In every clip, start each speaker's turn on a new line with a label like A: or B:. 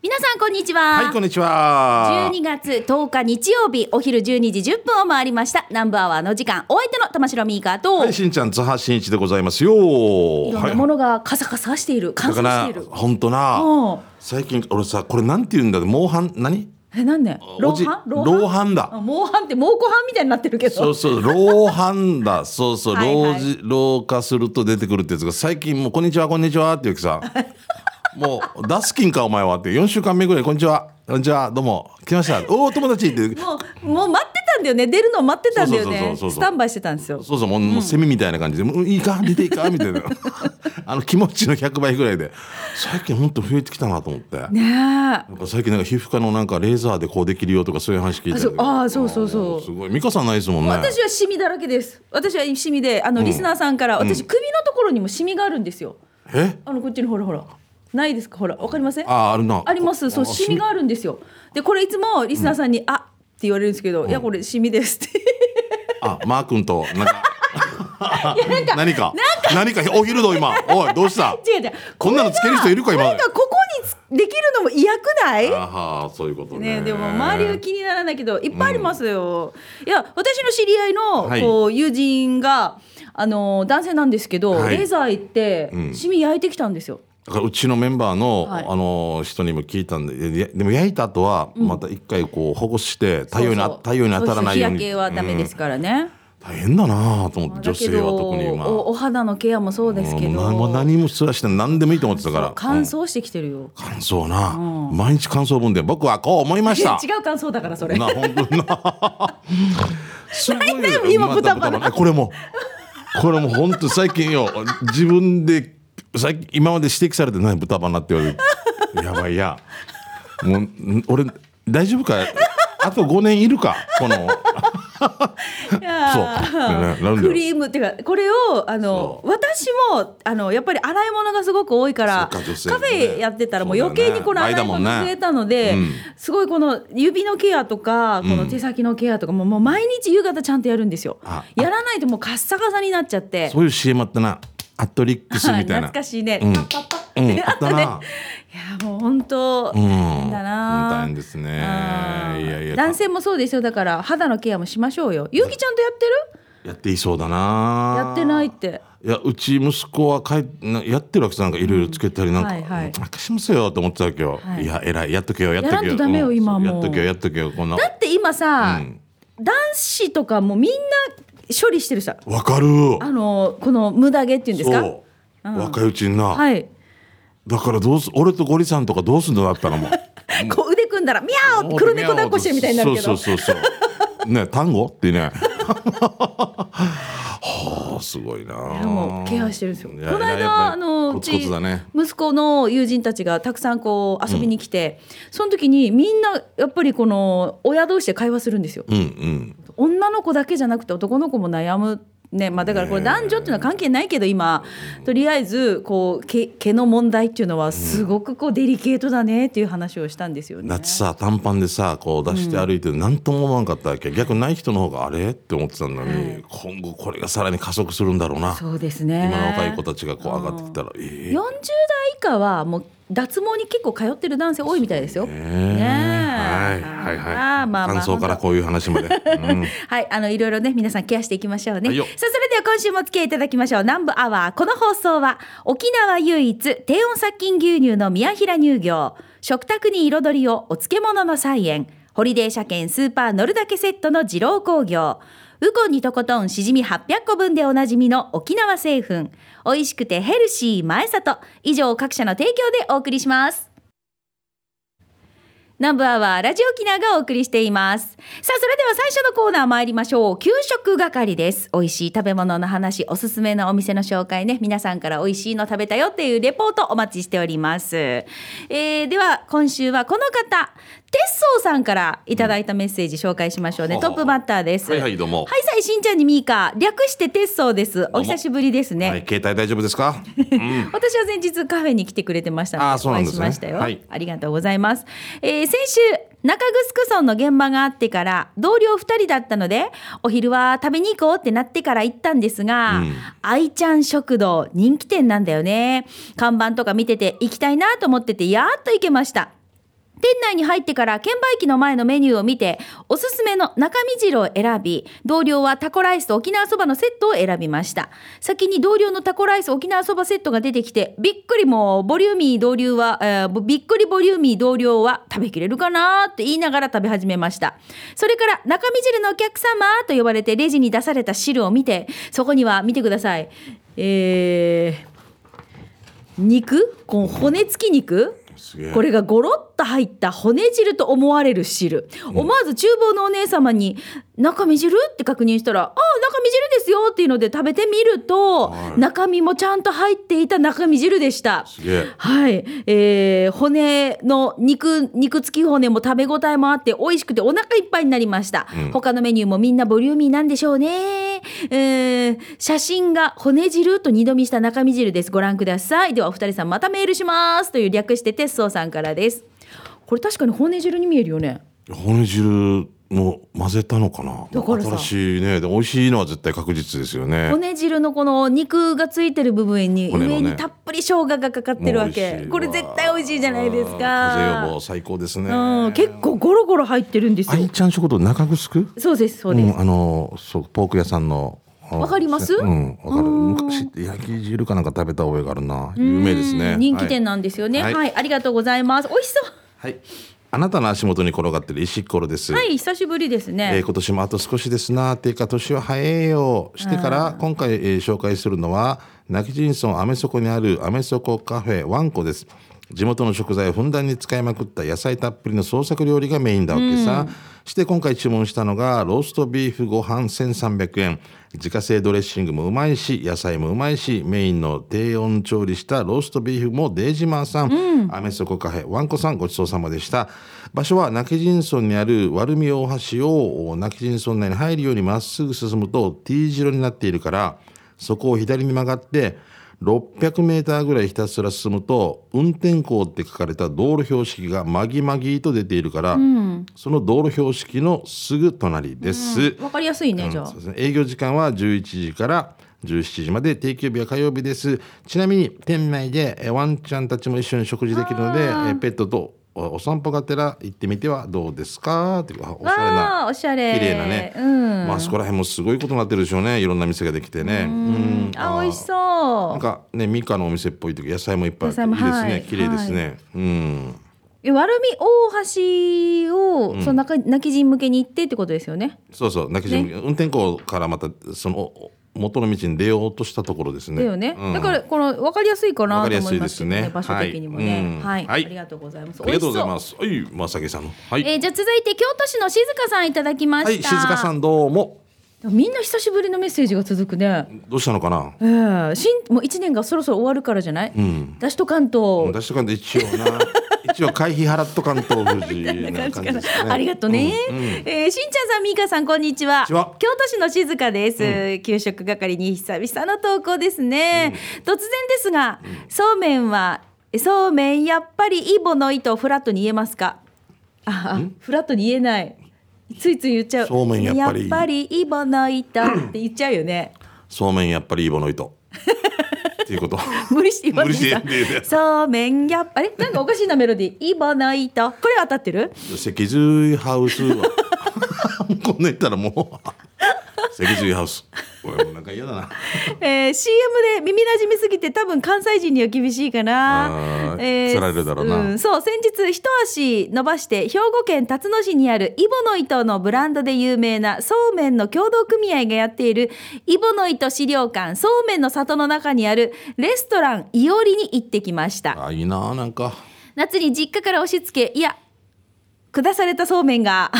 A: 皆さんこんにちは。
B: はい、こんにちは。
A: 12月10日日曜日お昼12時10分を回りました南部アワーの時間お相手の玉城ミーカーと、、
B: はいい、しんちゃん、ザハしんいちでございますよ。
A: ろんな
B: は
A: も
B: い。
A: のがカサカサしている乾
B: だか
A: 燥して
B: ら
A: いる、
B: 本当
A: うん
B: な、最近、俺さ、これなんて言うんだろう、猛反、何
A: えなんで
B: お
A: 老
B: じ
A: 犯
B: 老犯だ
A: あ猛犯って猛虎犯みたいになってるけど
B: そ うそう、老犯だ。そうそう、
A: はいは
B: 老
A: い
B: じ、老化すると出てくるってやつが、最近もう、こんにちは、こんにちはって言う けどさ、もう、ダスキンか、お前はって、4週間目ぐらい、こんにちは、こんにちは、どうも、来ました。おお、友達って、
A: もうもう待ってたんだよね出るのを待ってたんだよ
B: そうそうそ
A: ね
B: うそうそ
A: ス
B: う
A: タンバイしてたんですよ
B: そうそうもう,、もうセミみたいな感じで「もういいか出ていいか」みたいなあの気持ちの100倍ぐらいで最近ほんと増えてきたなと思って、
A: ねえ
B: なんか最近なんか皮膚科のなんかレーザーでこうできるよとかそういう話聞いたりとか
A: あそうあーそうそうそう
B: あーすごい美香さんないですもんね
A: 私はシミだらけです私はシミであのリスナーさんから、私首のところにもシミがあるんですよ
B: え
A: あのこっちにほらほらないですかほらわかりません
B: あーあるな
A: ありますそう
B: あ
A: シミがあるんですよでこれいつもリスナーさんに「あって言われるんですけど「いやこれシミです」って
B: あマー君となんか何か何かお昼の今おいど うした
A: 違う違う
B: こんなのつける人いるか今
A: なんかここにつできるのも嫌くない
B: あはーそういうことね
A: ね、でも周りは気にならないけどいっぱいありますよ、いや私の知り合いの
B: はい
A: こう友人が、あの男性なんですけど、
B: はい
A: レーザー行って、
B: うん
A: シミ焼いてきたんですよ
B: だからうちのメンバーの、
A: はい
B: あの人にも聞いたんでいやでも焼いた後はまた一回こう保護して太陽にあ
A: そうそう
B: 太陽に当たらないよう
A: そうです日焼
B: に
A: けはダメですからね、
B: 大変だなと思って女
A: だけ
B: 性
A: ど
B: は特にまあ
A: おお肌のケアもそうですけど、
B: もう何も何もすらして何でもいいと思ってたから
A: 乾
B: うん
A: 燥してきてるよ、
B: 感想な、毎日感想文で僕はこう思いまし
A: いや
B: た
A: 違う感想だからそれ
B: な本当にな すごいよ
A: 大体今
B: ま
A: 豚
B: た
A: 鼻
B: 鼻これもこれも本当最近よ自分で最近今まで指摘されてない豚鼻って言われてやばいやもうん俺大丈夫かあと5年いるかこの
A: いやー
B: そうねねなんで
A: クリームっていうかこれをあの
B: そ
A: 私もあのやっぱり洗い物がすごく多いから
B: そっか女性ね
A: カフェやってたらもう
B: そう
A: 余
B: だよね
A: 計にこの洗い物
B: 間も
A: が
B: ね
A: 増えたので、
B: うん
A: すごいこの指のケアとかこの手先のケアとかも,、もう毎日夕方ちゃんとやるんですよ
B: あ。
A: やらないともうカッサカサになっちゃって
B: そういう CM あったなアトリックスみたいな
A: 懐かしいね、
B: うん
A: パッパッパッ
B: うんあった
A: い
B: な、
A: やもう本当、
B: うん
A: 大変だな
B: 大変ですねい
A: うん
B: やいや
A: 男性もそうですよだから肌のケアもしましょうよゆうきちゃんとやってる
B: やっていそうだな
A: やってないって
B: いやうち息子は帰なやってるわけさなんかいろいろつけたりなんか
A: はいはい
B: 「任しますよ」と思ってたわけよ、
A: はい
B: い、や偉いやっとけよやっと
A: や
B: け
A: ら
B: よ
A: んとダメよ
B: うん
A: 今はもう
B: やっとけよやっとけよこんな
A: だって今さ、
B: うん
A: 男子とかもみんな処理してるさ
B: わかる
A: あのこのムダ毛っていうんですか
B: そう、
A: うん
B: 若いうちにな、
A: はい
B: だからどうす俺とゴリさんとかどうすんのだったらもう
A: こう腕組んだらミャー黒猫抱っこしてるみたいになるけど
B: そうそうそうそうね単語っ てねはあすごいない
A: やもうケアしてるんですよ
B: い
A: こ
B: や
A: の
B: いやや
A: 間
B: っぱり
A: あのう
B: コツ
A: ち
B: コツだね
A: 息子の友人たちがたくさんこう遊びに来て、その時にみんなやっぱりこの親同士で会話するんですよ
B: うんうん
A: 女の子だけじゃなくて男の子も悩むねまあだからこれ男女っていうのは関係ないけど今とりあえずこう毛毛の問題っていうのはすごくこうデリケートだねっていう話をしたんですよね。
B: 夏さ短パンでさこう出して歩いて何とも思わんかったわけ、逆にない人の方があれって思ってたのに、今後これがさらに加速するんだろうな
A: そうですね。
B: 今の若い子たちがこう上がってきたら、え
A: 40代以下はもう脱毛に結構通ってる男性多いみたいですよ。
B: え
A: ね
B: ね
A: え
B: はいはいは
A: あー
B: い
A: まあまあ
B: 感想からこういう 話まで、うん
A: はい、あのいろいろね皆さんケアしていきましょうね。
B: はい
A: さ
B: よ
A: あそれでは今週もお付き合いいただきましょう。南部アワーこの放送は沖縄唯一低温殺菌牛乳の宮平乳業、食卓に彩りをお漬物の菜園、ホリデー車検スーパー乗るだけセットの二郎工業。ウコンにとことんしじみ800個分でおなじみの沖縄製粉。美味しくてヘルシー前里。以上各社の提供でお送りします。南部アワーラジオキナがお送りしていますさあそれでは最初のコーナー参りましょう給食係です美味しい食べ物の話おすすめのお店の紹介ね皆さんから美味しいの食べたよっていうレポートお待ちしております、えーでは今週はこの方テッソーさんからいただいたメッセージ紹介しましょうね、
B: うん
A: トップバッターです
B: はいはいどう
A: は
B: も
A: いさいしんちゃんにみーか略してテッソーですお久しぶりですね、
B: はい、携帯大丈夫ですか
A: 私は前日カフェに来てくれてましたので
B: あーそう
A: お
B: な
A: 会い
B: んです
A: し
B: ね
A: ましたよ、
B: はい
A: ありがとうございます、えー先週中城村の現場があってから同僚2人だったのでお昼は食べに行こうってなってから行ったんですが、
B: うん
A: 愛ちゃん食堂人気店なんだよね看板とか見てて行きたいなと思っててやーっと行けました店内に入ってから券売機の前のメニューを見ておすすめの中身汁を選び同僚はタコライスと沖縄そばのセットを選びました先に同僚のタコライス沖縄そばセットが出てきてびっくりもうボリューミー同僚は、えーびっくりボリューミー同僚は食べきれるかなって言いながら食べ始めましたそれから中身汁のお客様と呼ばれてレジに出された汁を見てそこには見てくださいえー、肉この骨付き肉
B: すげえ
A: これがゴロッと入った骨汁と思われる汁思わず厨房のお姉様に「中身汁?」って確認したら「ああ中身汁ですよ」っていうので食べてみると、
B: はい
A: 中身もちゃんと入っていた中身汁でした。
B: すげえ
A: はい、えー骨の肉肉付き骨も食べ応えもあって美味しくてお腹いっぱいになりました、
B: うん
A: 他のメニューもみんなボリューミーなんでしょうね、えー写真が骨汁と二度見した中身汁ですご覧くださいではお二人さんまたメールしますという略して鉄相さんからですこれ確かに骨汁に見えるよね
B: 骨汁も混ぜたのかな
A: だからさ
B: 新しいねで美味しいのは絶対確実ですよね
A: 骨汁のこの肉がついてる部分に
B: 骨の
A: 上
B: ね
A: にたっぷり生姜がかかってるわ
B: もう美味
A: け
B: しいわ
A: これ絶対美味しいじゃないですか
B: 風邪予防最高ですね
A: うん、結構ゴロゴロ入ってるんです
B: あ
A: よ
B: いちゃん食堂中城
A: そうですそう
B: う
A: です、
B: んあのそうポーク屋さんのわ
A: わかります
B: うんわかる
A: うん
B: 昔焼き汁かなんか食べた覚えがあるな有名ですね
A: うん人気店
B: はい
A: なんですよね。は、
B: はいい
A: ありがとうございます。美味しそう。
B: はいあなたの足元に転がってる石ころです
A: はい、久しぶりです
B: えー
A: ね。
B: 今年もあと少しですなっていうか年は早えよしてから今回、えー紹介するのは泣き人村アメ底にあるアメ底カフェワンコです地元の食材をふんだんに使いまくった野菜たっぷりの創作料理がメインだわけさ、して今回注文したのがローストビーフご飯1300円自家製ドレッシングもうまいし野菜もうまいしメインの低温調理したローストビーフもデージマーさん、アメソコカフェワンコさんごちそうさまでした場所は泣き人村にある丸見大橋を泣き人村内に入るようにまっすぐ進むと T 字路になっているからそこを左に曲がって600メーターぐらいひたすら進むと運転校って書かれた道路標識がまぎまぎと出ているから、その道路標識のすぐ隣です。
A: わかりやすいね、じゃあ
B: そう。ですね営業時間は11時から17時まで定休日は火曜日ですちなみに店内でえワンちゃんたちも一緒に食事できるのでえペットとおお散歩がてら行ってみてはどうですかというあおしゃれ
A: わ
B: な
A: あ、おしゃれ。
B: 綺麗なね、
A: うん。
B: まああそこら辺もすごいことになってるでしょうねいろんな店ができてねうん
A: あ、美味しそう。
B: なんかねミカのお店っぽいというか野菜もいっぱいあってい
A: 野菜も
B: いです
A: は
B: ね
A: い
B: 綺麗ですね、うん
A: え、わるみ大橋を、その中、泣き人向けに行ってってことですよね。
B: そうそう泣き人、運転校からまたそのお元の道に出ようとしたところですね
A: だよね。
B: うん
A: だから、この、わかりやすいかな
B: わ
A: と
B: かりや
A: 思
B: す
A: い
B: い
A: ま
B: ですす
A: けどね。
B: ね
A: 場所的にもね
B: は。い
A: はい、
B: うんはい
A: ありがとうございます。。
B: ありがとうございますす。はい、まさげさんの。はい。
A: えーじゃあ続いて京都市の静香さんいただきました、
B: はい、静香さんどうも。
A: みんな久しぶりのメッセージが続くね
B: どうしたのかな。
A: ええしんもう1年がそろそろ終わるからじゃない、
B: うん。
A: 出しとかんと、
B: 出しとかんと一応 な。一応会費払っとかんと藤井
A: こんな
B: な
A: 感じか
B: 感じで
A: な
B: すね。
A: ありがとうね、
B: うんうん
A: えーしんちゃんさんみーかさんこんにちは
B: こんにちは
A: 京都市の静香です、給食係に久々の投稿ですね、突然ですが、そうめんはそうめんやっぱりイボの糸をフラットに言えますかああフラットに言えないついつい言っちゃう
B: そうめんやっぱり
A: イボの糸って言っちゃうよね
B: そうめんやっぱりイボの糸。っていうこと。
A: 無理して言わない
B: 無理して言って言うね
A: そうめんやっぱりなんかおかしいなメロディーイボの糸これ当たってる
B: 脊髄ハウスは。 こんなん言ったらもう。脊髄ハウス。これもうなんか嫌だな。
A: えー、CM で耳なじみすぎて多分関西人には厳しいかな
B: あ、ー釣られるだろうな
A: うん、そう先日一足伸ばして兵庫県辰野市にあるイボの糸のブランドで有名なそうめんの協同組合がやっているイボの糸資料館そうめんの里の中にあるレストランいおりに行ってきました
B: あ、いいな、なんか。
A: 夏に実家から押し付けいや下されたそうめん が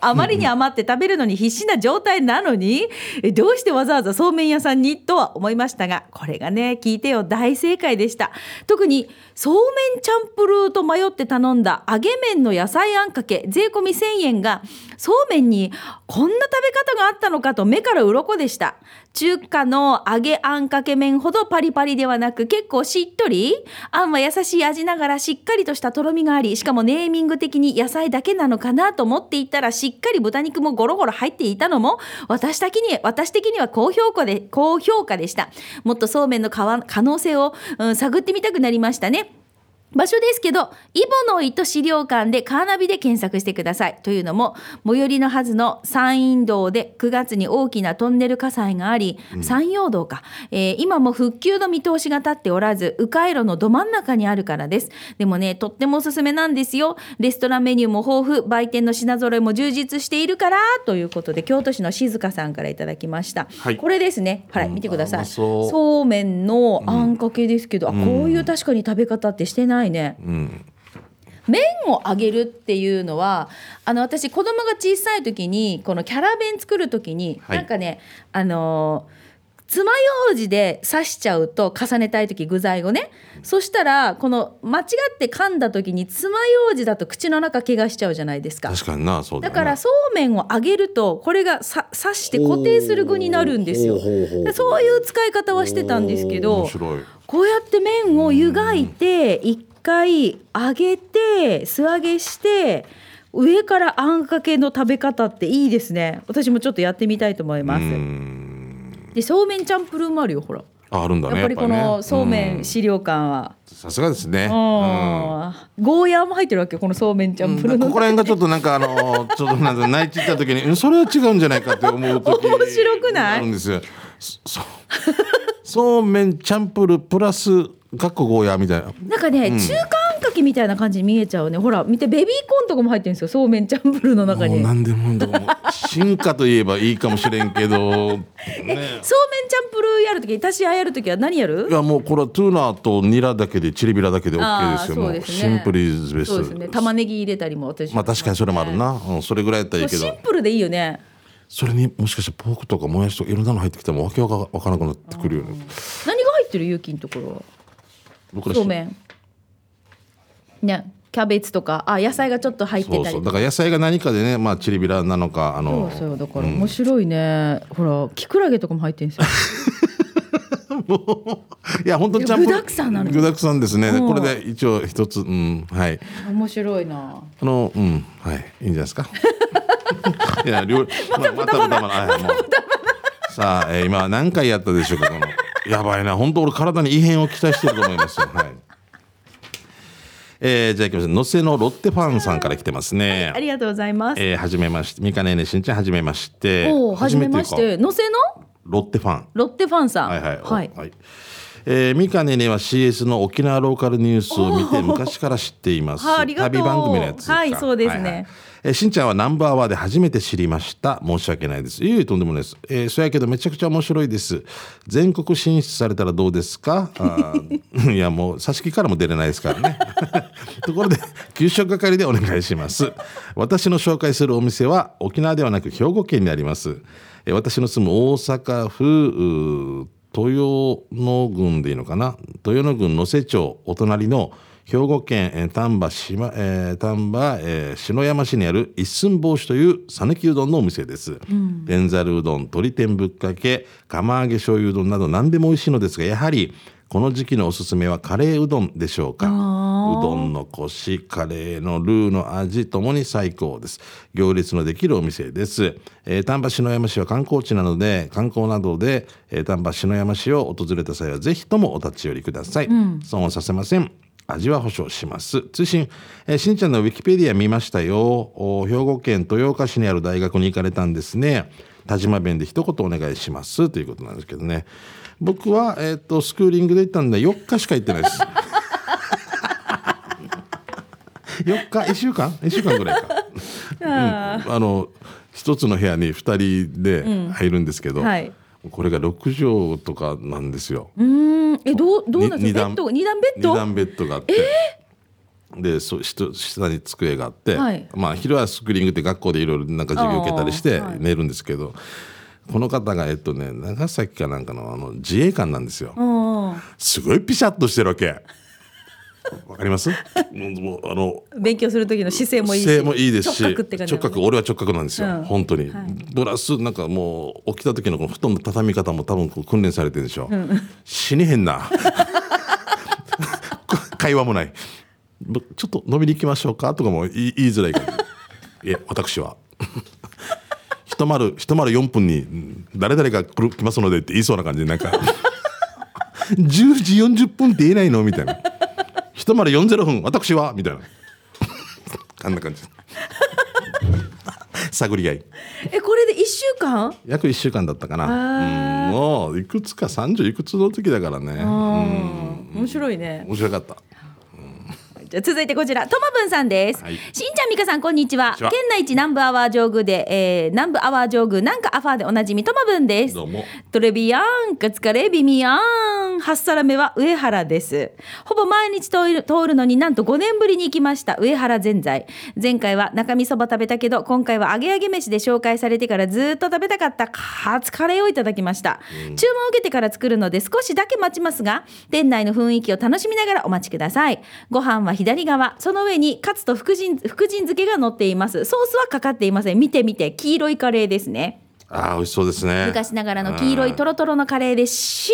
A: あまりに余って食べるのに必死な状態なのにえどうしてわざわざそうめん屋さんにとは思いましたがこれがね聞いてよ大正解でした特にそうめんチャンプルーと迷って頼んだ揚げ麺の野菜あんかけ税込み1000円がそうめんにこんな食べ方があったのかと目から鱗でした中華の揚げあんかけ麺ほどパリパリではなく結構しっとりあんは優しい味ながらしっかりとしたとろみがありしかもネーミング的に野菜だけなのかなと思っていたらしっかり豚肉もゴロゴロ入っていたのも私的に私的には高評価で高評価でしたもっとそうめんのかわ可能性を、うん探ってみたくなりましたね場所ですけど、イボの糸資料館でカーナビで検索してください。というのも、最寄りのはずの山陰道で9月に大きなトンネル火災があり、山陽道か、えー今も復旧の見通しが立っておらず、迂回路のど真ん中にあるからです。でもね、とってもおすすめなんですよ。レストランメニューも豊富、売店の品揃えも充実しているから、ということで、京都市の静香さんからいただきました。
B: はい
A: これですね。はい、
B: うん
A: 見てくださ
B: あうま
A: い。
B: そう
A: そうめんのあんかけですけど、あこういう確かに食べ方ってしてないね、
B: うん
A: 麺を揚げるっていうのはあの私子供が小さい時にこのキャラ弁作る時に、
B: はい
A: なんかねあのー爪楊枝で刺しちゃうと重ねたい時具材をねそしたらこの間違って噛んだ時に爪楊枝だと口の中怪我しちゃうじゃないですか
B: 確かになそうだ,、
A: だ
B: ね、
A: からそうめんを揚げるとこれがさ刺して固定する具になるんですよ
C: おーほうほうほう
A: そういう使い方はしてたんですけど
B: 面白い
A: こうやって麺を湯がいて一回揚げて素揚げして上からあんかけの食べ方っていいですね私もちょっとやってみたいと思いうます
B: ん
A: でそうめんチャンプルーもあるよほら
B: ああるんだ
A: や
B: ね
A: っぱりこの
B: ね
A: そうめ
B: うん
A: ん資料館は、
B: さすがですね、
A: うん
B: うん
A: ゴーヤーも入ってるわけよこのそうめんチャンプルーの
B: ここら辺がちょっとなんかあの ちょっとなんか泣いちった時にうんそれは違うんじゃないかって思う 時
A: 面白くない
B: あるんですよそそうそうめんチャンプルプラスかっこゴーヤーみたいな
A: なんかね、中華あんかけみたいな感じに見えちゃうねほら見てベビーコーンとかも入ってるんですよそうめんチャンプルーの中
B: もう
A: に
B: 何でもどうも進化といえばいいかもしれんけ ど、ね、
A: そうめんチャンプルーやるときいたしあやるときは何やる
B: いやもうこれはトゥーナーとニラだけでチリビラだけで OK ですよ
A: あーそう
B: も
A: で
B: う
A: す
B: シ
A: ね
B: ンプルイズベス
A: そうで
B: ト
A: すね玉ねぎ入れたりも私
B: まあ確かにそれもあるな、うん、それぐらいやったらいいけ
A: シン
B: ど
A: プルでいいよね
B: それにもしかしてポークとかもやしとかいろんなの入ってきてもわけわかわからなくなってくるよね
A: 何が入ってるゆうきんところ
B: 僕ら
A: そうめんねキャベツとかあ野菜がちょっと入って
B: そう
A: たり
B: そうだから野菜が何かでねまあチリビラなのかあ
A: そ
B: の
A: うそうだから面白いね、ほらキクラゲとかも入ってる んですよ
B: いや本当に
A: い
B: ち
A: や
B: ゃん
A: 具沢山なの
B: 具沢山ですね
A: うん
B: これで一応一つうんはい
A: 面白いな
B: あのうんはいいいんじゃないですかいや料理また豚バナまた豚さあえー今何回やったでしょうかこのやばいな本当俺体に異変を期待してると思いますよはいえー、じゃあ行きましょうのせのロッテファンさんから来てますね、
A: ありがとうございます、
B: えー、はじめましてみかねえねしんちゃんはじめまして
A: おお初めまし
B: 初めというか
A: てのせの
B: ロッテファン
A: ロッテファンさん
B: はいは
A: は
B: い
A: い
B: おはいえー、三金ねは CS の沖縄ローカルニュースを見て昔から知っています
A: はあありがとう
B: 旅番組のやつか
A: はいそうですね
B: えーしんちゃんはナンバーワーで初めて知りました申し訳ないですいえいえとんでもないです、えー、そやけどめちゃくちゃ面白いです全国進出されたらどうですかあー いやもう差し木からも出れないですからね ところで給食係でお願いします私の紹介するお店は沖縄ではなく兵庫県にありますえー私の住む大阪府うー豊野郡でいいのかな豊野郡能勢町お隣の兵庫県えー丹波島、えー丹波、えー篠山市にある一寸法師という讃岐うどんのお店です。レンザルうどん、鶏天ぶっかけ、釜揚げ醤油うどんなど何でも美味しいのですが、やはりこの時期のおすすめはカレーうどんでしょうか。うどんのコシ、カレーのルーの味ともに最高です。行列のできるお店です。えー丹波篠山市は観光地なので、観光などで、えー丹波篠山市を訪れた際はぜひともお立ち寄りください。損をさせません。味は保証します通信、えーしんちゃんのウィキペディア見ましたよお兵庫県豊岡市にある大学に行かれたんですね田島弁で一言お願いしますということなんですけどね僕は、えー、とスクーリングで行ったんで4日しか行ってないです 4日1週間1週間ぐらいか、うん、あの一つの部屋に2人で入るんですけど、
A: はい
B: これが6畳とかなんですよ
A: うーんえどうどうなんですかベッドが二段ベッド
B: 二段ベッドがあって、でそうひと下に机があって、
A: はい
B: まあ昼はスクリーングって学校でいろいろなんか授業受けたりして
A: あーはい
B: 寝るんですけど、この方がえっとね長崎かなんかのあの自衛官なんですよ、
A: う
B: すごいピシャッとしてるわけわかりますもうあの
A: ん勉強する時の姿勢もいいし
B: 姿勢もいいですし
A: 直角って感じだもんね
B: 俺は直角なんですよ、
A: うん
B: 本当に、プラスなんかもう起きた時のこの布団の畳み方も多分こう訓練されてるでしょ、死にへんな 会話もないぶちょっと飲みに行きましょうかとかも言い言いづらいからいや私は一丸一丸4分にうん誰々が来る来ますのでって言いそうな感じでなんか10時40分って言えないのみたいな一一丸四ゼロ分私はみたいなあんな感じ 探り合い
A: えこれで1週間
B: 約1週間だったかなうんもういくつか30いくつの時だからね
A: うん面白いね
B: 面白かった
A: じゃあ続いてこちらともぶんさんです、
B: はい
A: しんちゃんみかさんこんにちは
B: こんにちは
A: 県内一南部アワー上宮で、えー、南部アワー上宮なんかアファーでおなじみともぶんです
B: どうも
A: トレビアンカツカレビミアンはっさらめは上原ですほぼ毎日通る通るのになんと5年ぶりに行きました上原ぜんざい前回は中身そば食べたけど今回は揚げ揚げ飯で紹介されてからずっと食べたかったカツカレーをいただきました、注文を受けてから作るので少しだけ待ちますが店内の雰囲気を楽しみながらお待ちくださいご飯は左側その上にカツと福神福神漬けが乗っていますソースはかかっていません見て見て黄色いカレーですね
B: あー美味しそうですね
A: 昔ながらの黄色いトロトロのカレーでし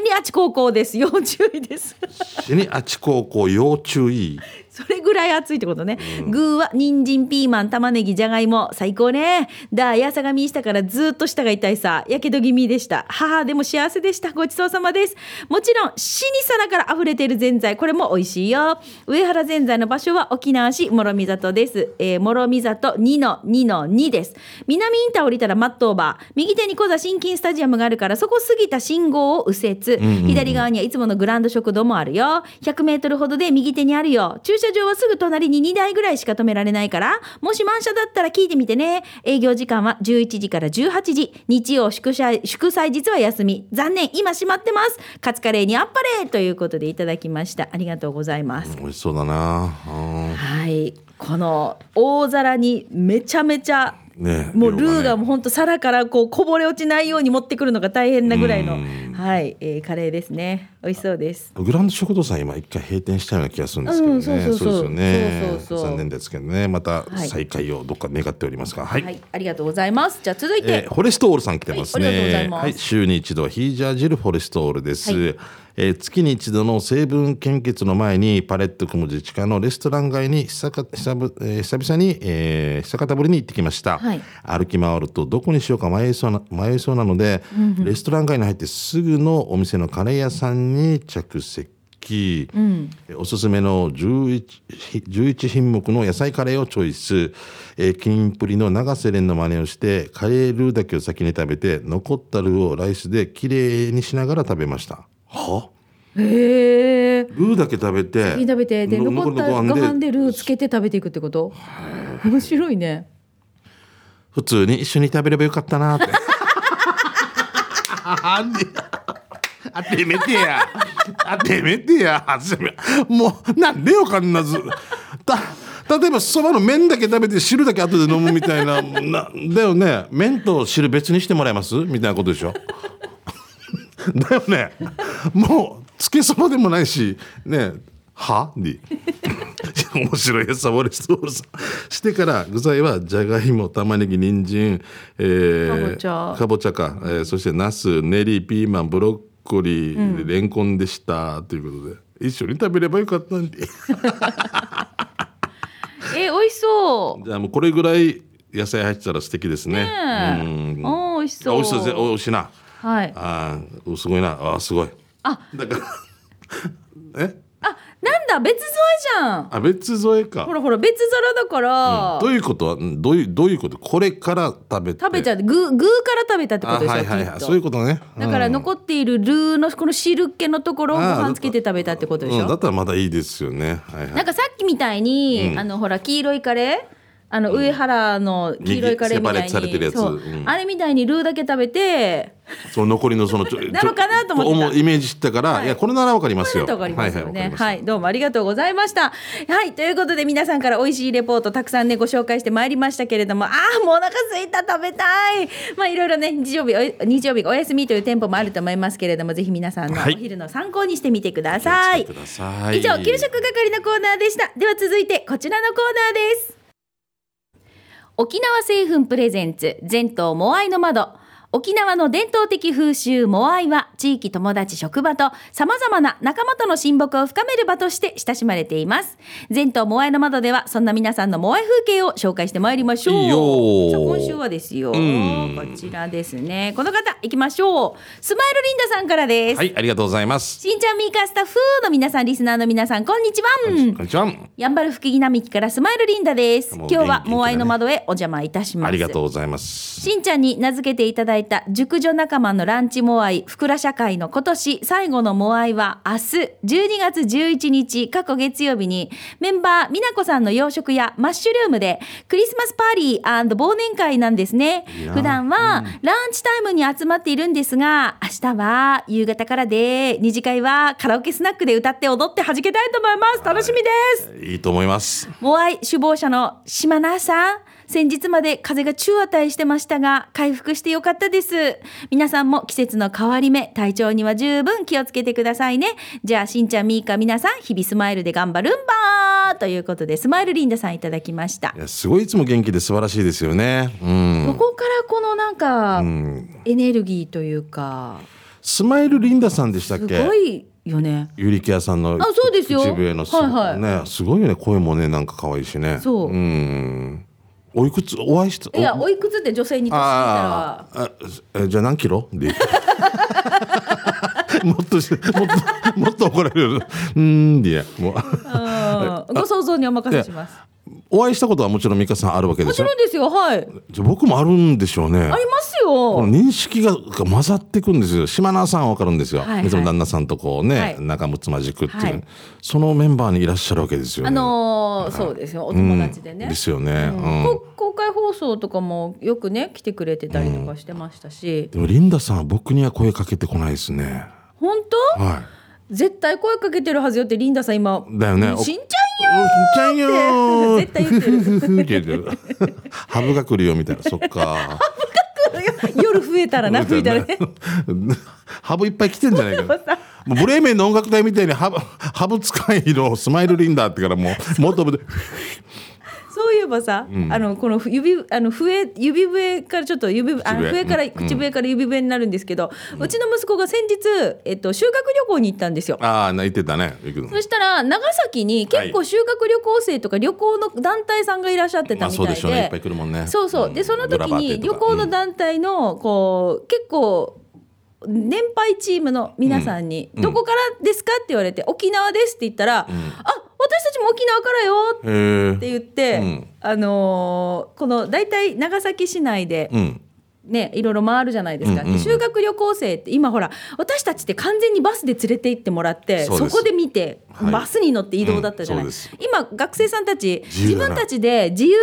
A: ーにあち高校です要注意です
B: 死にあち高校要注意
A: それぐらい熱いってことね、具は人参ピーマン玉ねぎじゃがいも最高ねだやさがみしたからずっと舌が痛いさやけど気味でした母でも幸せでしたごちそうさまですもちろん死に皿から溢れているぜんざいこれも美味しいよ上原ぜんざいの場所は沖縄市諸見里です、えー、諸見里2の2の2です南インター降りたらマットオーバー右手に小座新金スタジアムがあるからそこ過ぎた信号を右折、左側にはいつものグランド食堂もあるよ100メートルほどで右手にあるよ駐車場はすぐ隣に2台ぐらいしか止められないからもし満車だったら聞いてみてね営業時間は11時から18時日曜祝祭祝祭日は休み残念今閉まってますカツカレーにあっぱれということでいただきましたありがとうございます
B: 美味しそうだなうん
A: はいこの大皿にめちゃめちゃ
B: ね
A: もうル
B: 量
A: ーが
B: ね
A: もう本当皿からこうこぼれ落ちないように持ってくるのが大変なぐらいの
B: うん
A: はい、えーカレーですね美味しそうです
B: グランド食堂さん今一回閉店したような気がするんですけどね、
A: うんそうそうそう
B: ですよね
A: そうそうそう
B: 残念ですけどねまた
A: はい
B: 再開をどっか願っておりますがはい、
A: はいありがとうございますじゃあ続い
B: え
A: て
B: ー、フォレストオールさん来てますね。
A: はいありがとうございます
B: はい週に一度ヒージャージルフォレストオールです。
A: は
B: えー月に一度の成分献血の前にパレット組む自治会のレストラン街に久か久ぶえー久々に、えー久方ぶりに行ってきました、
A: はい
B: 歩き回るとどこにしようか迷いそうな迷いそうなので、レストラン街に入ってすぐのお店のカレー屋さんに着席。えーおすすめの 11, ひ11品目の野菜カレーをチョイス、えー、キンプリの永瀬廉の真似をしてカレールーだけを先に食べて残ったルーをライスできれいにしながら食べましたは
A: へえ
B: ルーだけ食べて
A: 食べてで
B: の
A: 残った
B: 残
A: ご
B: るご飯
A: 飯でルーつけて食べていくってこと面白いね
B: 普通に一緒に食べればよかったなってあんねあてめてやあてめてやあてめもうなんでよかんなずた例えばそばの麺だけ食べて汁だけ後で飲むみたいななだよね麺と汁別にしてもらえますみたいなことでしょだよねもうつけそばでもないしねはに面白いやつサボレストールさんしてから具材はじゃがいも玉ねぎ人参、え
A: か
B: ー、
A: ぼちゃ
B: かぼちゃか、えーそしてナスネリピーマンブロッコリー、レンコンでしたということで一緒に食べればよかったのにじ
A: え美味しそう
B: ゃあもうこれぐらい野菜入ってたら素敵ですね
A: ねえ
B: うん
A: お
B: あ
A: ー美味しそう
B: 美味しそうですねお美味しいな
A: はい
B: あーすごいなあーすごい
A: あ
B: だから え
A: あなんだ別添えじゃん
B: あ別添えか
A: ほらほら別皿だから、
B: どういうことはんどういうどういうことこれから食べて
A: 食べち
B: ゃう
A: ゃう具具から食べたってことでしょ、
B: はいはいは
A: き
B: い
A: っと
B: そういうことね
A: だから
B: うん
A: 残っているルーのこの汁っ気のところをご
B: あー
A: 飯つけて食べたってことでし
B: うんだ
A: ょ
B: ったらまだいいですよねはいはい
A: なんかさっきみたいに、あのほら黄色いカレーあの上原の黄色いカレーみたい
B: 右セパレートされてるや
A: に
B: つ
A: そう
B: うん
A: あれみたいにルーだけ食べて
B: その残りのそのちょ
A: なのかなと思ってた
B: ちょイメージしたから、
A: い
B: い、やこれならわかりま
A: こ
B: す
A: れ
B: よ
A: だとわかりますよ
B: はいはい
A: ね
B: わか
A: は
B: り
A: いどうもありがとうございましたはいということで皆さんから美味しいレポートたくさんねご紹介してまいりましたけれどもあーもうお腹すいた食べたいまあいろいろね日曜日お日曜日がお休みという店舗もあると思いますけれどもぜひ皆さんのお
B: はい
A: 昼の参考にしてみてください
B: 気をつけてください
A: 以上給食係のコーナーでしたでは続いてこちらのコーナーです沖縄製粉プレゼンツ全島モアイの窓沖縄の伝統的風習モアイは地域友達職場と様々な仲間との親睦を深める場として親しまれています前頭モアイの窓ではそんな皆さんのモアイ風景を紹介してまいりましょう
B: いいよー
A: さあ今週はですよ、
B: ん
A: こちらですねこの方行きましょうスマイルリンダさんからです、
B: はい、ありがとうございます。
A: しんちゃんミーカースタッフの皆さんリスナーの皆さんこんにちは
B: こんにちは。あ
A: やんばる福木並木からスマイルリンダです。
B: も
A: 今
B: う
A: 日は
B: 元気ですね
A: モアイの窓へお邪魔いたします。
B: りがとうございます。
A: しんちゃんに名付けていただいた熟女仲間のランチモアイ、ふくら社会の今年最後のモアイは明日12月11日、過去月曜日にメンバー、みなこさんの洋食屋マッシュルームでクリスマスパーリー忘年会なんですね
B: いや。ー
A: 普段はランチタイムに集まっているんですが、明日は夕方からで、二次会はカラオケスナックで歌って踊って弾けたいと思います。楽しみです。
B: いいと思います。
A: モアイ首謀者の島那さん。先日まで風が中値してましたが、回復してよかったです。皆さんも季節の変わり目、体調には十分気をつけてくださいね。じゃあ、しんちゃん、みーか、皆さん、日々スマイルで頑張るんばーということで、スマイルリンダさんいただきました
B: い。や、すごいいつも元気で素晴らしいですよね。うん。
A: ここからこのなんか、エネルギーというか、
B: スマイルリンダさんでしたっ
A: す
B: け
A: ご。いよね。
B: ゆりきやさんの。
A: あそうですよ
B: 口笛の。
A: はいはい
B: ね、すごいよね、声もね、なんか可愛いしね。。
A: そうん
B: おいくつ、お会いした。
A: いや、おいくつって女性に年聞いたら
B: あ、ーあえじゃあ何キロで もっとしもっともっと怒られるうーんでいやもう
A: うんご想像にお任せします。
B: お会いしたことはもちろん美香さんあるわけで
A: も
B: す
A: ち
B: よ
A: ろんですよ、はい。
B: じゃあ僕もあるんでしょうね
A: ありますよ。
B: この認識がが混ざっていくんですよ島名さんは分かるんですよ、
A: はいはい
B: いつも旦那さんとこうね、
A: はい
B: 仲睦まじくっていう、
A: はい
B: そのメンバーにいらっしゃるわけですよね
A: あのーそうですよお友達で
B: う
A: ね、
B: んですよね、うん
A: こ公開放送とかもよくね来てくれてたりとかしてましたし、
B: でもリンダさんは僕には声かけてこないですね
A: 本当
B: はい
A: 絶対声かけてるはずよってリンダさん今
B: だよねお
A: しんち
B: うんちっちゃいよー
A: 絶対言ってる
B: ふふふって言ってるハブが来るよみたいなそっか
A: ゃんよ夜増えた らな増えたらね
B: ハブいっぱい来てんじゃないかなもうブレーメンの音楽隊みたいにハブハブ使いのスマイルリンダーってからもう元部で
A: そういえばさ、あのこの指あの笛指笛からちょっと指あ
B: 口笛
A: 笛から、
B: うん
A: 口笛から指笛になるんですけど、うちの息子が先日、えっと、修学旅行に行ったんですよ。
B: ああ泣いてたね行くの
A: そしたら長崎に結構修学旅行生とか旅行の団体さんがいらっしゃってた
B: まあ
A: み
B: そう
A: た
B: で
A: い
B: しょうねいっぱい
A: で
B: 来るもんね
A: そうそうでその時に旅行の
B: 団
A: 団体のこう結構年配チームの皆さんに「
B: うん
A: どこからですか?」って言われて「沖縄です」って言ったら「あ私たちも沖縄からよ」っ
B: へえ
A: て言って、
B: うん
A: あのーこの大体長崎市内で
B: うん
A: ね、いろいろ回るじゃないですか、
B: うんうんうん
A: 修学旅行生って今ほら私たちって完全にバスで連れて行ってもらって
B: そう
A: そ
B: です
A: こで見て、
B: はい
A: バスに乗って移動だったじゃない、
B: うんそう
A: 今学生さんたち
B: 自
A: 自
B: 由だな
A: 分たちで自由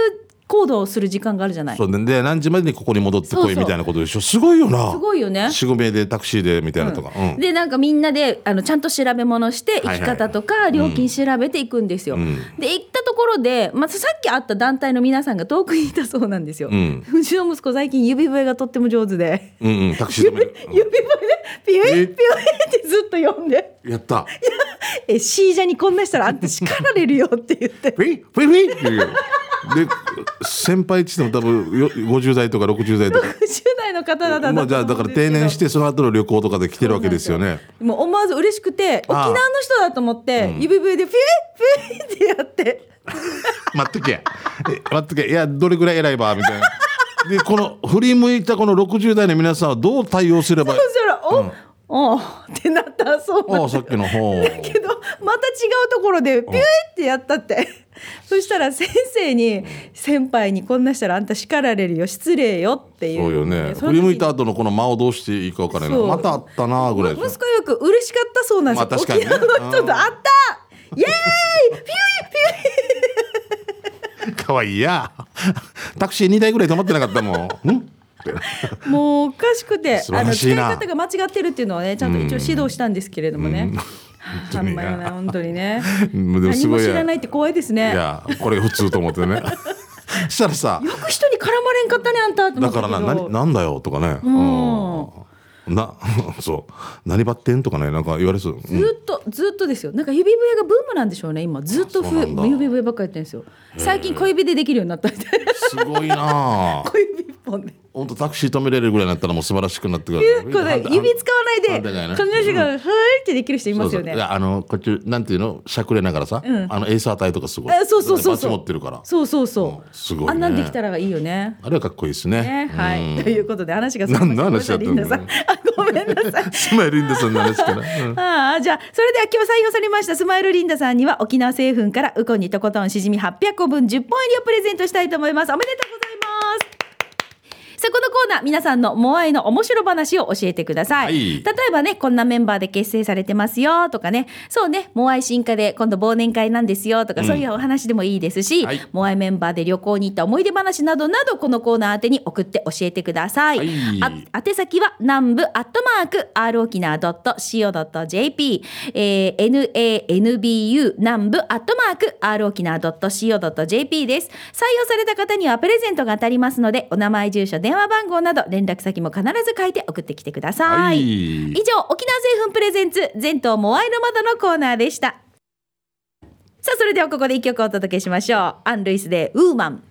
A: 行動をする時間があるじゃないす
B: そうでで何時までにここに戻ってこ
A: そう
B: い
A: そう
B: みたいなことでしょすごいよな
A: ごいよね。
B: 45名でタクシーでみたいなとかうん
A: でなんかみんなであのちゃんと調べ物して
B: は
A: 行
B: い
A: き方とか料金調べていくんですよ。
B: うん
A: で行ったところで、まあ、さっき会った団体の皆さんが遠くにいたそうなんですよ。
B: う
A: うんちの息子最近指笛がとっても上手で
B: うんうんタクシー止
A: 指
B: め
A: 笛
B: る
A: でピュイピュイってずっと読んで。
B: うんやった
A: え C じゃにこんなしたらあんた叱られるよって言っ て
B: フィフィフィって言うよで先輩っつっても多分よ50代とか60代とか
A: 60代の方々だ
B: まあじゃあだから定年しててその後の旅行とかで来てるわけですよね
A: もう思わず嬉しくて沖
B: ああ
A: 縄の人だと思って指笛でピュイピュイってやって
B: 待っとけえ待っとけいやどれぐらい偉いばみたいなでこの振り向いたこの60代の皆さんはどう対応すれば
A: そしたら「お、おうってなったそう
B: あ
A: な
B: あ
A: んだ
B: さっきの 方
A: けどまた違うところでピュイってやったって そしたら先生に先輩にこんなしたらあんた叱られるよ失礼よっていう
B: そうよね
A: その
B: 振
A: 時
B: り向いた後のこの間をどうしていいか分からない
A: そう
B: またあったなぐらい
A: 息
B: ですね
A: 子よく嬉しかったそうなんですよ、
B: まあ確かにね
A: 沖縄の人と会ったイエーイピュイ
B: かわいいやタクシー2台ぐらい止まってなかっ たもんんって
A: もうおかしくて
B: 素
A: あ
B: 晴
A: の
B: ら
A: 使
B: し
A: い
B: いな
A: 方が間違ってるっていうのはねちゃんと一応指導したんですけれどもね。 あ
B: 当
A: ん
B: に
A: ま
B: な
A: り ね本当にね
B: うんでも
A: 何
B: す
A: も
B: ごい
A: 知
B: や
A: らないって怖いです
B: い
A: ね。よ
B: やこれ普通と思ってねしたらさ
A: く人に絡まれんかったねあんたと思
B: だ
A: っ
B: からな、
A: た
B: な
A: け
B: に、
A: ど。
B: なんだよとかね。うんな、 そう、何ばってんとかね、なんか言われそう。うん
A: ずっとずっとですよなんか指笛がブームなんでしょうね今ずっと
B: あそうなんだ
A: ふ指笛ばっかりやってるんですよ最近小指でできるようになったみたいな
B: すごいなあ。
A: 小指本で。
B: 本当タクシー止めれるぐらいになったらもう素晴らしくなってくる
A: これ指使わない
B: 反
A: で
B: 対だよね
A: 彼女がふーってできる人いますよね。
B: そうそういやあのこっちなんていうのしゃくれながらさ、あのエースーとかすごい
A: えそうそうそうそう
B: だってバツ持ってるから
A: そうそうそう。
B: うんすごいね
A: あんなんできたらいいよね。
B: あれはかっこいいですね
A: ね、はい、
B: うん
A: ということで話がそれました
B: なんの話だった
A: ごめんなさいリンダさんあごめんなさい。
B: スマイルインダさんの話から、うん
A: ああじゃあそれでは今日採用されましたスマイルリンダさんには沖縄製粉からウコンにとことんしじみ800個分10本入りをプレゼントしたいと思いますおめでとうございますさあこのコーナー皆さんのモアイの面白話を教えてください、
B: は
A: 例
B: い
A: えばねこんなメンバーで結成されてますよとかねそうねモアイ進化で今度忘年会なんですよとか、そういうお話でもいいですし、
B: はい
A: モアイメンバーで旅行に行った思い出話などなどこのコーナー宛てに送って教えてください、
B: はい
A: あ宛先は南部アットマーク r 沖縄 .co.jp、えー、nanbu 南部アットマーク r 沖縄 .co.jp です採用された方にはプレゼントが当たりますのでお名前住所電話番号など連絡先も必ず書いて送ってきてください、
B: はい
A: 以上沖縄製粉プレゼンツ全島モアイの窓のコーナーでしたさあそれではここで一曲お届けしましょうアン・ルイスでウーマン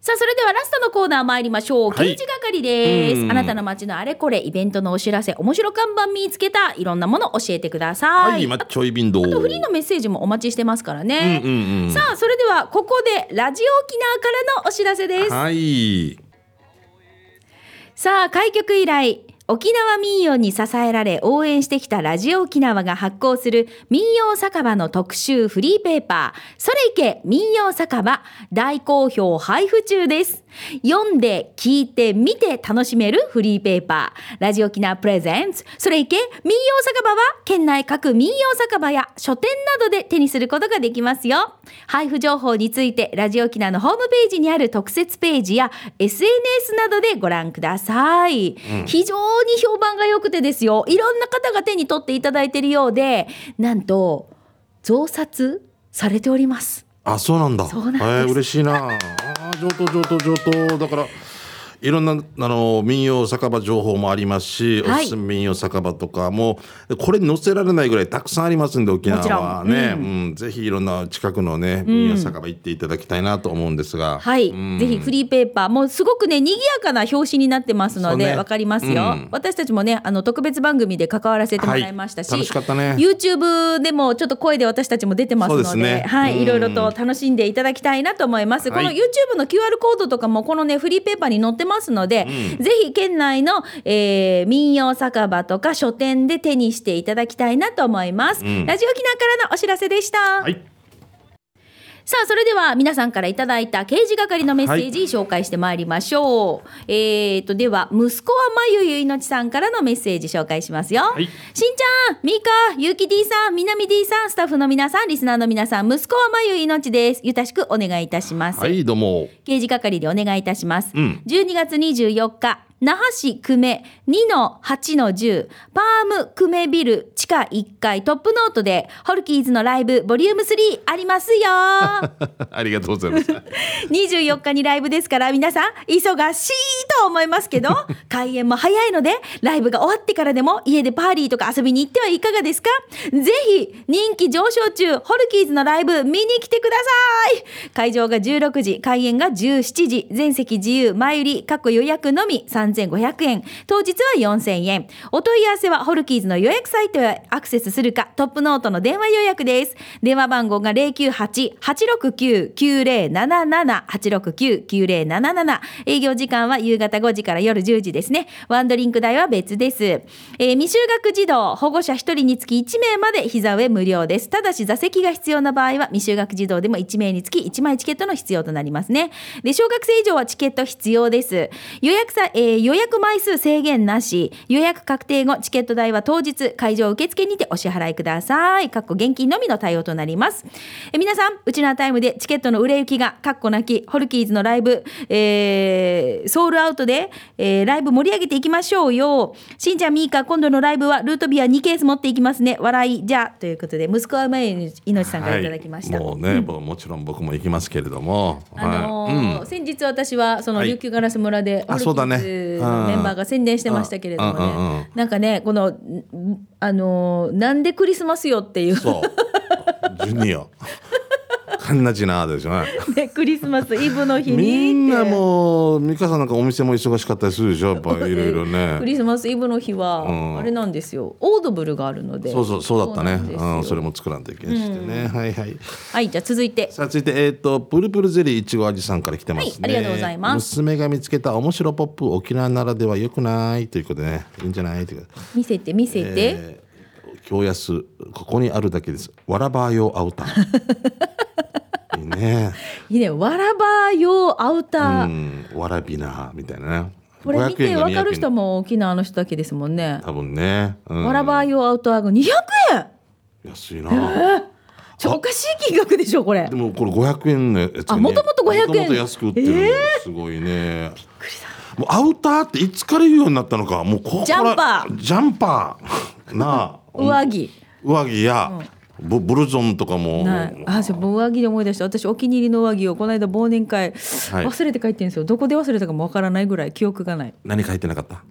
A: さあそれではラストのコーナー参りましょう
B: はい
A: 刑事係です、
B: うん
A: あなたの街のあれこれイベントのお知らせ面白看板見つけたいろんなもの教えてください、
B: はい、マッチョイビンドー。
A: フリーのメッセージもお待ちしてますからね、
B: うんうんうん
A: さあそれではここでラジオ沖縄からのお知らせです
B: はい。
A: さあ開局以来沖縄民謡に支えられ応援してきたラジオ沖縄が発行する民謡酒場の特集フリーペーパー「それいけ民謡酒場」大好評配布中です読んで聞いて見て楽しめるフリーペーパーラジオ沖縄プレゼンツ「それいけ民謡酒場」は県内各民謡酒場や書店などで手にすることができますよ配布情報についてラジオ沖縄のホームページにある特設ページや SNS などでご覧ください、非常に評判が良くてですよいろんな方が手に取っていただいているようでなんと増刷されております
B: あ、そうなんだ。
A: そうなんです
B: えー嬉し いな。あー上等上等上等だから。いろんなあの民謡酒場情報もありますし、
A: はい
B: おすすめ民謡酒場とかもこれに載せられないぐらいたくさんありますんで沖縄は
A: もち
B: ね、うんぜひいろんな近くのね民謡酒場行っていただきたいなと思うんですが、
A: はい、
B: うん
A: ぜひフリーペーパーもうすごくね賑やかな表紙になってますので
B: そう
A: わ、
B: ね
A: かりますよ、
B: うん
A: 私たちもねあの特別番組で関わらせてもらいましたし、
B: はい楽しかったね
A: YouTube でもちょっと声で私たちも出てますので
B: そうですね
A: はい、
B: うん
A: いろいろと楽しんでいただきたいなと思います、
B: はい
A: この YouTube の QR コードとかもこのねフリーペーパーに載ってますので、ぜひ県内の、えー民謡酒場とか書店で手にしていただきたいなと思います、
B: うん
A: ラジオ沖縄からのお知らせでした、
B: はい、
A: さあそれでは皆さんからいただいた刑事係のメッセージ紹介してまいりましょう、えーとでは息子はまゆゆいのちさんからのメッセージ紹介しますよ、
B: い
A: しんちゃんみーかゆうき D さんみなみ D さんスタッフの皆さんリスナーの皆さん息子はまゆいのちですゆたしくお願いいたします、
B: はい、どうも
A: 刑事係でお願いいたします。
B: うん
A: 12月24日、那覇市久米2の8の10、パーム久米ビル地下1階トップノートで、ホルキーズのライブボリューム3ありますよ。
B: ありがとうございます。
A: 24日にライブですから、皆さん忙しいと思いますけど、開演も早いので、ライブが終わってからでも家でパーリーとか遊びに行ってはいかがですかぜひ、人気上昇中、ホルキーズのライブ見に来てください会場が16時、開演が17時、全席自由、前売り、過去予約のみ3500円、当日は4000円。お問い合わせはホルキーズの予約サイトへアクセスするか、トップノートの電話予約です。電話番号が098-869-9077、869-9077。営業時間は夕方5時から夜10時ですね。ワンドリンク代は別です。えー未就学児童、保護者1人につき1名まで膝上無料です。ただし座席が必要な場合は未就学児童でも1名につき1枚チケットの必要となりますね。で、小学生以上はチケット必要です。予約さ、えー予約枚数制限なし。予約確定後、チケット代は当日、会場受付にてお支払いください。かっこ現金のみの対応となります。えー皆さん、うちなータイムでチケットの売れ行きが、かっこなき、ホルキーズのライブ、えーソールアウトで、えーライブ盛り上げていきましょうよ。しんちゃん、みーか、今度のライブはルートビア2ケース持っていきますね。笑い、じゃあ。ということで、息子は前に命さんからいただきました。
B: はい、もうね、僕もちろん僕も行きますけれども、
A: あの
B: はい
A: ー先日私はその
B: はい
A: 琉球ガラス村でホ
B: あ
A: ルキ
B: そうだね
A: ーズのメンバーが宣伝してましたけれどもね、
B: うんうんうんうん
A: なんかねこのん あのーなんでクリスマスよっていう
B: そう。ジュニア。かんなちなーですよね
A: でクリスマスイブの日に
B: みんな
A: って
B: もう美香さんなんかお店も忙しかったりするでしょやっぱいろいろ
A: ク
B: ね
A: リスマスイブの日
B: うん
A: はあれなんですよ、オードブルがあるので
B: そうそうそうだったね
A: そうなんです
B: う
A: よ
B: ん、それも作らんといけないしてね、はいはい
A: はいじゃあ続いて
B: さあ続いてえっ、とプルプルゼリーいちご味さんから来てますね、
A: はいありがとうございます
B: 娘が見つけた面白ポップ沖縄ならではよくないということでねいいんじゃないということで
A: 見せて見せて、
B: えー京安ここにあるだけですわらば用ア ウターいいね
A: いいねわらば用アウタ
B: う
A: ー、
B: んわらびなみたいなね
A: これ見
B: 500
A: て
B: 円が
A: わ
B: 200
A: かる
B: 円
A: 人も沖縄の人だけですもんね、
B: 多分ね、うん
A: わらば用アウターが200円
B: 安いな
A: ちょおかしい金額でしょこれ
B: でもこれ500円のやつがね
A: あ元々500円
B: 元々安く売ってるの
A: え
B: すごいねもうアウターっていつから言うようになったのかもうここから
A: ジャンパー
B: ジャンパ ーなあ
A: 上着
B: 上着や、ブブルゾンとかも
A: ないあそう上着で思い出した私お気に入りの上着をこの間忘年会、忘れて帰ってんですよどこで忘れたかもわからないぐらい記憶がない
B: 何入ってなかった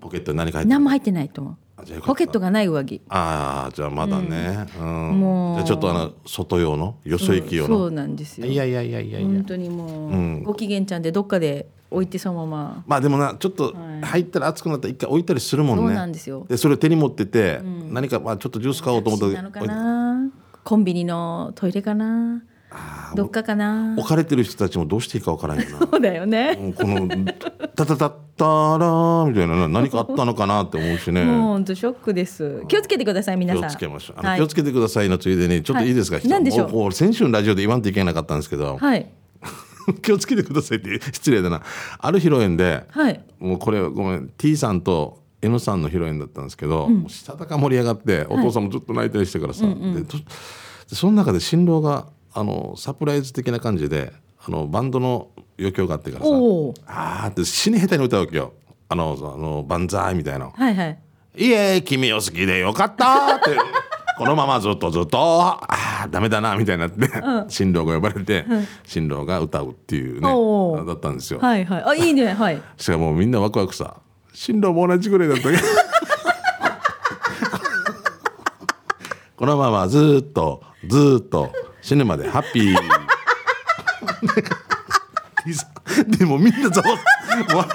B: ポケットに何入って
A: 何
B: なかっ
A: も入ってないと思
B: あじゃあよ
A: う
B: かった
A: ポケットがない上着
B: たああじゃあまだね、うん
A: もう
B: じゃあちょっとあの外用のよそ行き用
A: そ
B: の、
A: うなんですよ
B: いやいやいやいやいや、
A: 本当にもう、
B: ん
A: ご機嫌ちゃんでどっかで置いてそのまま
B: まあでもなちょっと
A: はい
B: 入ったら熱くなったら一回置いたりするもんね
A: そうなんですよ
B: でそれを手に持ってて、何かまあちょっとジュース買おうと思っ
A: な
B: た
A: のかなコンビニのトイレかな
B: あー
A: どっかかな
B: 置かれてる人たちもどうしていいかわからんよな
A: そうだよね、
B: もうこの「タタタッタラー」みたいな何かあったのかなって思うしね
A: もう本当ショックです気をつけてください皆
B: 気
A: さん
B: をつけましょうあの、
A: はい
B: 気をつけてくださいのついでにちょっといいですか、
A: はい何でしょう
B: もも先週のラジオで言わんといけなかったんですけど、
A: はい、
B: 気をつけてくださいって失礼だなある披露宴で、
A: はい、
B: もうこれごめん T さんと N さんの披露宴だったんですけど、もうしたたか盛り上がってお父さんもずっと泣いたりしてからさ、でとでその中で新郎があのサプライズ的な感じであのバンドの余興があってからさ
A: おお
B: 「あー」って死に下手に歌うわけよ「あのあの万歳」みたいな
A: はいはい
B: 「いえ君を好きでよか った」って。このままずっとずっとああダメだなみたいになって、新郎が呼ばれて、新郎が歌うっていう
A: お
B: ね
A: ー
B: だったんですよ。
A: はいはいあいいねはい
B: しかもみんなワクワクさ進路も同じぐらいだったけどこのままずーっとずーっと死ぬまでハッピーでもみんなざわっ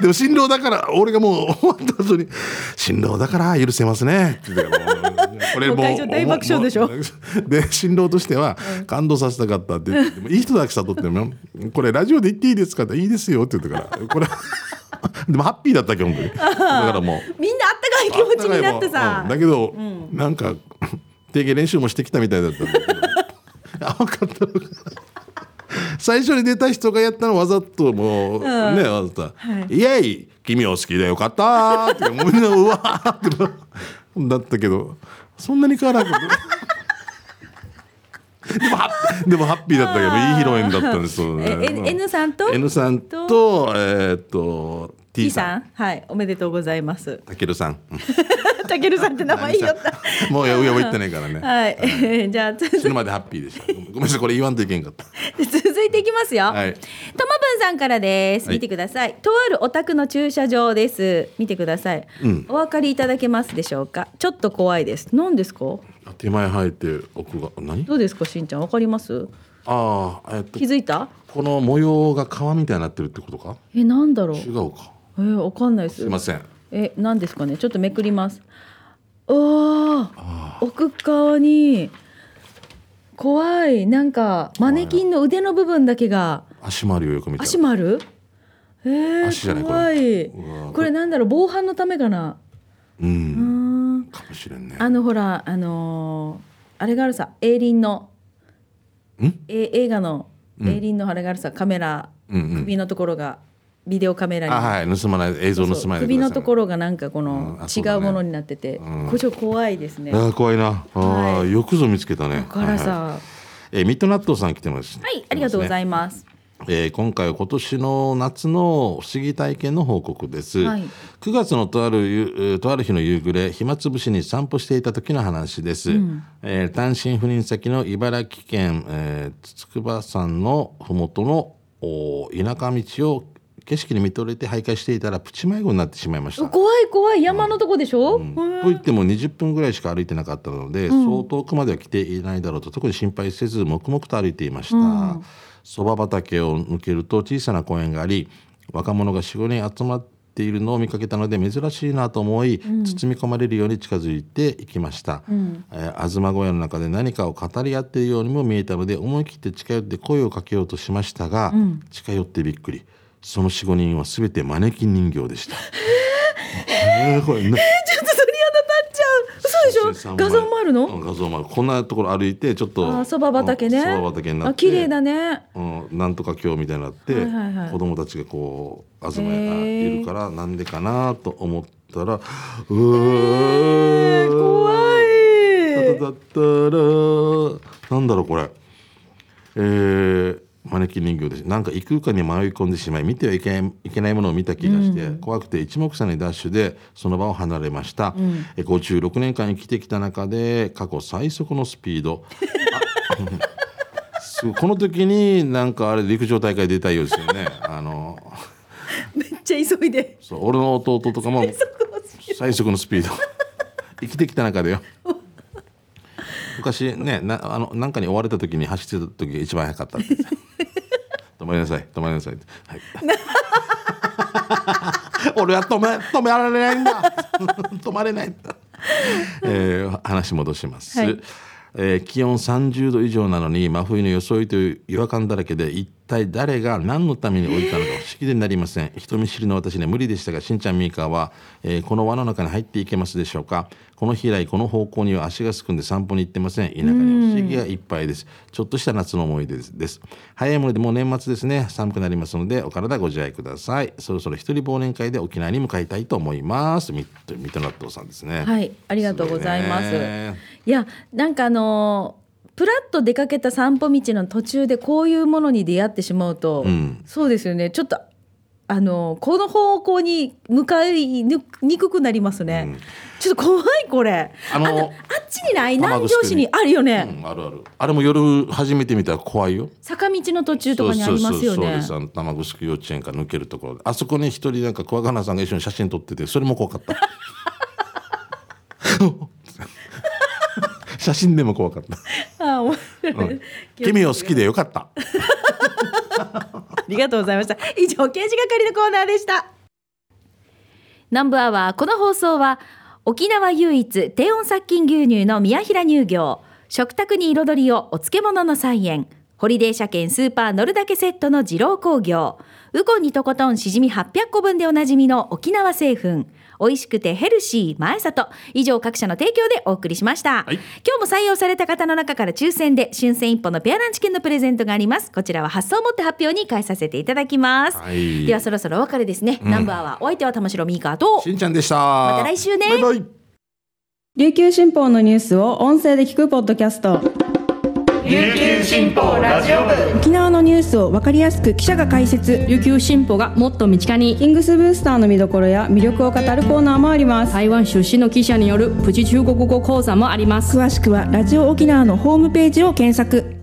B: でも新郎だから俺がもう終わった後に「新郎だから許せますね」って言ってこれ
A: もう会場大爆笑でしょ
B: で新郎としては感動させたかったって言ってでもいい人だけ悟ってもこれラジオで言っていいですかっていいですよって言ったからこれ でもハッピーだったっけ本当にだからもう
A: みんなあったかい気持ちになってさ
B: うんだけど、なんか 定型練習もしてきたみたいだったんだ けど甘かったのかな最初に出た人がやったのわざともう、ねわざと、イエイ君を好きでよかったーってみんなうわーってなだったけどそんなに変わらなく てでもハッでもハッピーだったけどいい披露宴だったんですよね
A: え N- N さんと
B: N さんとえーっと T
A: T
B: さん
A: さんはいおめでとうございます
B: たけるさんうん
A: たけるさんって名前いいよ った
B: もうやうやう言ってないからね
A: はい、えーじゃあつ
B: 死ぬまでハッピーでした。ごめんごめんなさい、これ言わんといけんかった。
A: 続いていきますよ。とも
B: はい
A: ぶんさんからです。
B: はい
A: 見てください。とあるお宅の駐車場です。見てください。お分かりいただけますでしょうか。ちょっと怖いです。何ですか。ど
B: あ手前生えて奥が何？
A: うですか、しんちゃん、わかります。
B: ああ、えっと
A: 気づいた。
B: この模様が川みたいになってるってことか？
A: え、なんだろう。
B: 違うか。
A: えー、わかんないです
B: すい。ません。
A: え、なんですかね。ちょっとめくります。おあ奥側に。怖い、なんかマネキンの腕の部分だけが。
B: 足回りをよく見たら。
A: 足もあるえ
B: 足じゃな
A: ー、
B: いこれ
A: 怖いう
B: わー
A: これなんだろう防犯のためかな
B: う
A: うー
B: ん。
A: ん
B: かもしれんね。
A: あのほらあのーあれがあるさ映林の
B: ん
A: え映画の映林のあれがあるさカメラ
B: うんうん。
A: 首のところがビデオカメラに
B: あはい、盗まない映像
A: そう
B: 盗まないでくださいね。
A: 首のところがなんかこの
B: うんあ
A: 違
B: そうだね
A: うものになってて
B: うん
A: これちょっと怖いですね
B: あー怖いな。ああ、
A: はい
B: よくぞ見つけたね。
A: だから
B: はいはい
A: さ
B: えーミッドナットさん来てます。
A: はいありがとうございます
B: えー今回は今年の夏の不思議体験の報告です、
A: はい
B: 9月のとあるゆえーとある日の夕暮れ暇つぶしに散歩していた時の話です、えー単身赴任先の茨城県、えー、筑波山の麓のおー田舎道を景色に見とれて徘徊していたらプチ迷子になってしまいました
A: 怖い怖い山のとこでしょ、
B: うん
A: へえ
B: と言っても20分ぐらいしか歩いてなかったので、そう遠くまでは来ていないだろうと特に心配せず黙々と歩いていましたそば、畑を抜けると小さな公園があり若者が45人集まっているのを見かけたので珍しいなと思い、包み込まれるように近づいていきました、えー東小屋の中で何かを語り合っているようにも見えたので思い切って近寄って声をかけようとしましたが、近寄ってびっくりその45人は全てマネキン人形でした。 えーこ
A: ちょっとそれ
B: れな
A: 嫌だたっちゃう嘘でしょ画像もある
B: う
A: の
B: ん画像もあるこんなところ歩いてちょっと
A: あそば畑ね
B: うんそば畑になって
A: あ綺麗だね
B: うん、なんとか今日みたいになって、
A: はいはいはい
B: 子供たちがこう東
A: へ
B: 屋
A: ー
B: いるからなんでかなと思ったらう
A: え
B: ー
A: ー怖
B: だ
A: い
B: だだだらなんだろうこれえーマネキン人形ですなんか異空間に迷い込んでしまい見てはいけないいけないものを見た気がして、怖くて一目散にダッシュでその場を離れました、え56年間生きてきた中で過去最速のスピードあ すごいこの時になんかあれ陸上大会出たいようですよねあの
A: めっちゃ急いで
B: そう俺の弟とかも
A: 速のスピ
B: 最速のスピード生きてきた中でよ昔ねなあのなんかに追われた時に走ってた時が一番速かったって止まりなさい止まりなさいって、 はい、俺は止め止められないんだ 止まれないんだ、えー話戻します、
A: はい
B: えー気温30度以上なのに真冬の装いという違和感だらけで一体誰が何のために置いたのか不思議でなりません、人見知りの私には無理でしたがしんちゃんみーかは、えーこの輪の中に入っていけますでしょうかこの日以来この方向には足がすくんで散歩に行ってません田舎には不思議がいっぱいですちょっとした夏の思い出ですです早いものでもう年末ですね寒くなりますのでお体ご自愛くださいそろそろ一人忘年会で沖縄に向かいたいと思いますみみとなっとうさんですね
A: はいありがとうございます
B: すごね
A: いやなんかあのープラッと出かけた散歩道の途中でこういうものに出会ってしまうと、
B: うん
A: そうですよねちょっとあのーこの方向に向かいぬにくくなりますね、
B: うん
A: ちょっと怖いこれ
B: あの
A: あとあっちにない
B: 玉
A: 南
B: 城
A: 城市にあるよね、
B: うん、あるあるあれも夜初めて見たら怖いよ
A: 坂道の途中とかにありますよ
B: そうそうそうそうで
A: ね
B: すあの卵すく幼稚園から抜けるところであそこに一人なんか桑原さんが一緒に写真撮っててそれも怖かった 写真でも怖 かっ た
A: あ面白い
B: うん君を好きでよかった
A: ありがとうございました。以上、刑事係のコーナーでした。南部アワー、この放送は、沖縄唯一低温殺菌牛乳の宮平乳業、食卓に彩りをお漬物の菜園、ホリデー車検スーパー乗るだけセットの二郎工業、ウコンにとことんしじみ800個分でおなじみの沖縄製粉、美味しくてヘルシー前里、以上各社の提供でお送りしました。
B: はい
A: 今日も採用された方の中から抽選で春戦一歩のペアランチ券のプレゼントがありますこちらは発送をもって発表に変えさせていただきます、
B: はい
A: ではそろそろお別れですね、ナンバーはお相手は玉城ミーカーと
B: しんちゃんでした
A: ま
B: ま
A: た来週ね
B: バイバイ
C: 琉球新報のニュースを音声で聞くポッドキャスト
D: 琉球新報ラジオ部
C: 沖縄のニュースを分かりやすく記者が解説
E: 琉球新報がもっと身近に
C: キングスブースターの見どころや魅力を語るコーナーもあります
E: 台湾出身の記者によるプチ中国語講座もあります
C: 詳しくはラジオ沖縄のホームページを検索